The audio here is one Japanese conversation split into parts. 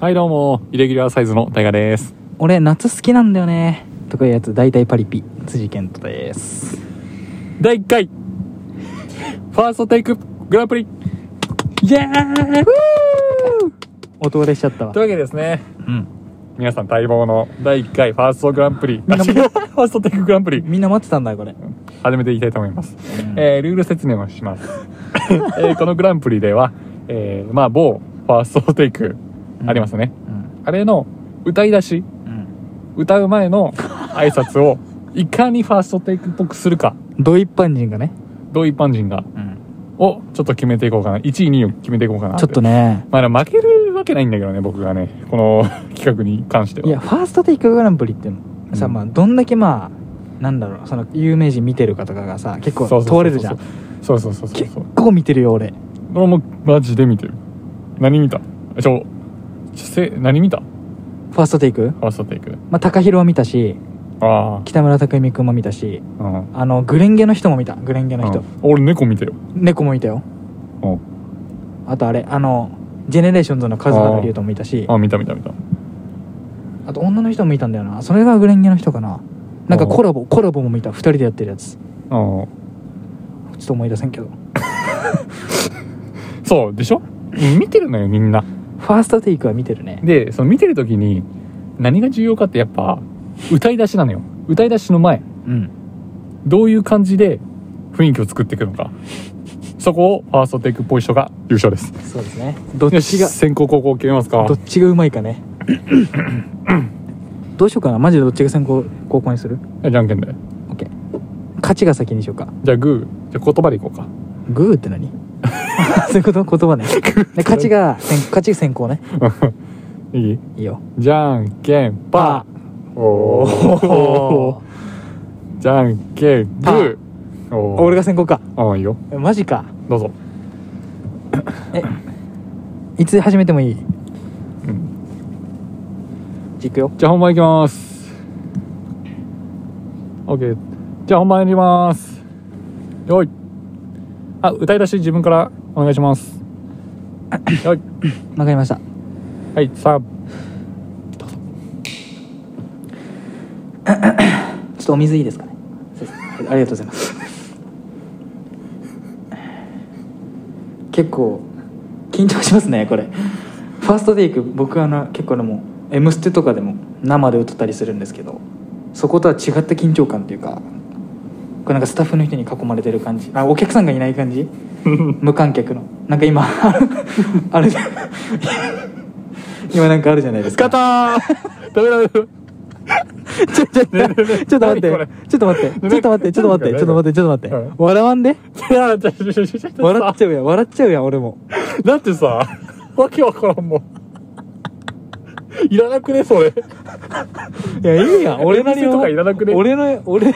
はいどうも、イレギュラーサイズの大河です。俺夏好きなんだよねとかいうやつ大体パリピ辻健人です第1回、ファーストテイクグランプリイエーイ音でしちゃったわというわけでですね、うん皆さん待望の第1回ファーストグランプリ、あみんな違う ファーストテイクグランプリ、みんな待ってたんだこれ、始めていきたいと思います。うんえールール説明をします。 えーこのグランプリでは、えーまあ某ファーストテイクありますね。うんあれの歌い出し、うん歌う前の挨拶を、いかにファーストテイクっぽくするか、ど一般人がね、どう一般人がをちょっと決めていこうかな。1位、2位を決めていこうかな。ちょっと。ねまあでも負けるわけないんだけどね、僕がね。この 企画に関しては。いやファーストテイクグランプリってさ、うんまあどんだけまあなんだろうその有名人見てるかとかがさ結構そうそうそうそう問われるじゃん。そうそうそうそう結そう。構見てるよ俺俺もマジで見てる。何見たちょ、ちょせ、何見たフファーストテイクァーストテイク。まあ高 a は見たしあ北村匠海君も見たしあ。うん。あのグレンゲの人も見たグレンゲの人、うん俺猫見てる。猫も見たようん。あとあれあのジェネレーションズの数原龍斗もいたしああ、見た見た見た。と女の人もいたんだよなそれがグレンゲの人かななんかコラボコラボも見た2人でやってるやつちうん。ょっと思い出せんけどそう、でしょうん見てるのよ、みんな。ファーストテイクは見てるねで、その見てる時に、何が重要かってやっぱ、歌い出しなのよ。歌い出しの前。うんどういう感じで雰囲気を作っていくのか。そこをファーストテイクっぽい人が優勝です。そうですねどっよし、ちが先行後攻決めますかど。っちがうまいか ねどうしようかなマジでどっちが先行高校にするじゃあじゃんけんで。 OK 勝ちが先にしようかじゃあグー。じゃあ言葉でいこうか。 グーって何 そういうこと言葉ねで勝ちが先勝ち先行ねいいいいよじゃんけん、パー。おおー。じゃんけん、グパーー。おー俺が先行かああ、いいよ。えマジかどうぞ。いつ始めてもいいうんじゃあいくよじゃあ本番いきます。オッケー。じゃあ本番やります。よい。あ、歌い出し自分からお願いします。よい。わかりましたはい、さあ。ちょっとお水いいですかね先生 ありがとうございます結構緊張しますねこれファーストテイク僕あの結構でも「M ステ」とかでも生で歌ったりするんですけどそことは違った緊張感というかこれなんかスタッフの人に囲まれてる感じあお客さんがいない感じ無観客のなんか今 あれじゃ今なんかあるじゃないです使かったーダメダメダメ ちょ、ちょ、ちょっと待って、ちょっと待何これって、ちょっと待って、ちょっと待って、ちょっと待って、ちょっと待ってうん、笑わんでいやちょちょちょちょちょ笑っちゃうやん、笑っちゃうやん、俺も。だってさわけわからんもんいらなくねそれいや、い いやん、俺なり MC の。とかいらなくね俺の、俺、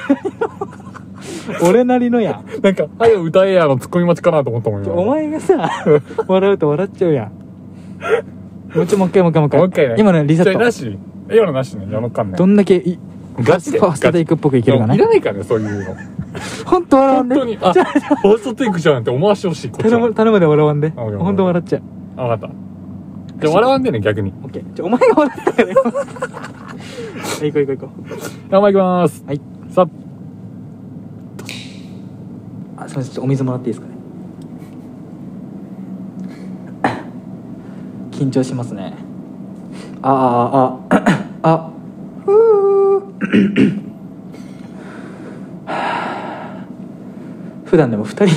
俺なりのやん。なんか「はよ歌えや」のツッコミ待ちかなと思ったもんちょよお前がさ、 笑うと笑っちゃうやん。もうちょ、もう一回、もう一回、もう一回。もう一回ね今のリセじゃあッなト。し今のなしねやろっかんねどんだけい、ガチでファーストテイクっぽくいけるかいなや。いらないからねそういうのほんと笑わ本んで。当にあファーストテイクじゃんって思わしてほしいこっち頼む、は頼むで笑わんで。あ俺もほんと笑っちゃう。あ分かったじゃあ笑わんでね逆にオッケー。ちょ、お前が笑ったからよ。 はい、行こう行こう行こう。頑張りますはい。さああすみませんちょっとお水もらっていいですかね 緊張しますねああああ あふう 普段でも2人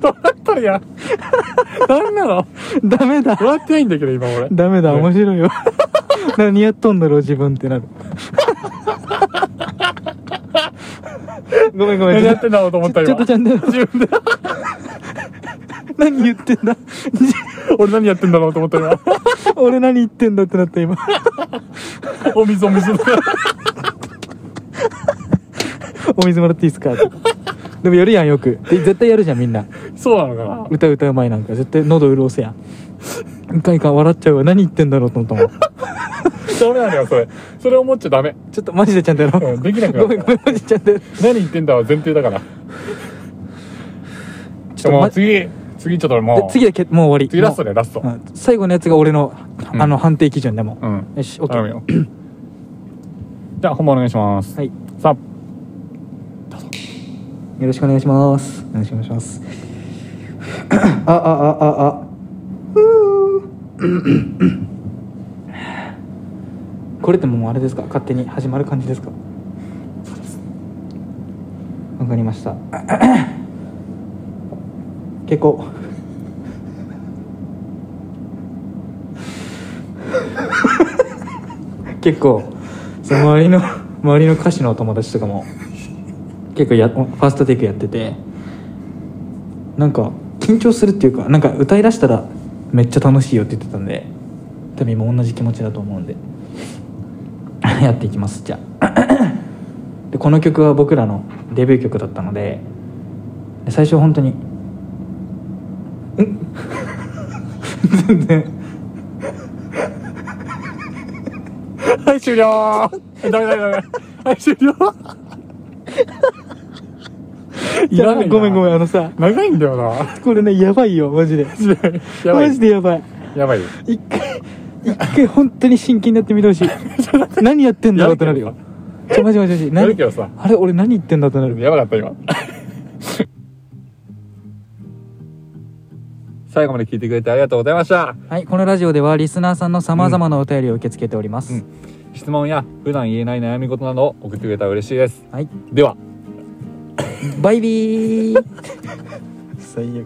どうなったらやなんなのダメだ笑ってないんだけど今俺ダメだ面 白いよ何やっとんだろう自分ってなるごめんごめん何やってんだろうと思ったちょ今っとちゃんと自分で何言ってんだ俺何やってんだろうと思った今俺何言ってんだってなった今お水お水お水もらっていいですかってでもやるやんよくで絶対やるじゃんみんなそうなのか歌歌う前なんか絶対喉潤せやんいかんいかん笑っちゃうわ何言ってんだろうと思ったもんなダメなのよそれそれ思っちゃダメちょっとマジでちゃんとやろうんできなくなるごめんごめんマジでちゃんとやろう何言ってんだは前提だからちょっともうま次次ちょっとでもう次はけもう終わり次ラストだよラストもううん最後のやつが俺のうんあの判定基準でも、うんよし OK 頼むよ じゃあ本番お願いします、はいよさあろしくお願いしますよろしくお願いします あああああふうこれってもうあれですか勝手に始まる感じですかわかりました 結構 結構その周りの周りの歌手のお友達とかも結構やファーストテイクやっててなんか緊張するっていうかなんか歌いだしたらめっちゃ楽しいよって言ってたんで多分今同じ気持ちだと思うんで やっていきますじゃあ でこの曲は僕らのデビュー曲だったのでで最初本当にん 全然はい終了えダメダメダメはい終了 いらないなごめんごめんあのさ長いんだよなこれねやばいよマジでやばいマジで やばいやばいよ一回一回本当に真剣にやってみてほしい何やってんだろうってなるよちょマジマジマジや何るけどさあれ俺何言ってんだってなるやばかった今 最後まで聞いてくれてありがとうございましたはいこのラジオではリスナーさんのさまざまなお便りを受け付けております、うん質問や普段言えない悩み事などを送ってくれたら嬉しいですはいではバイビー最悪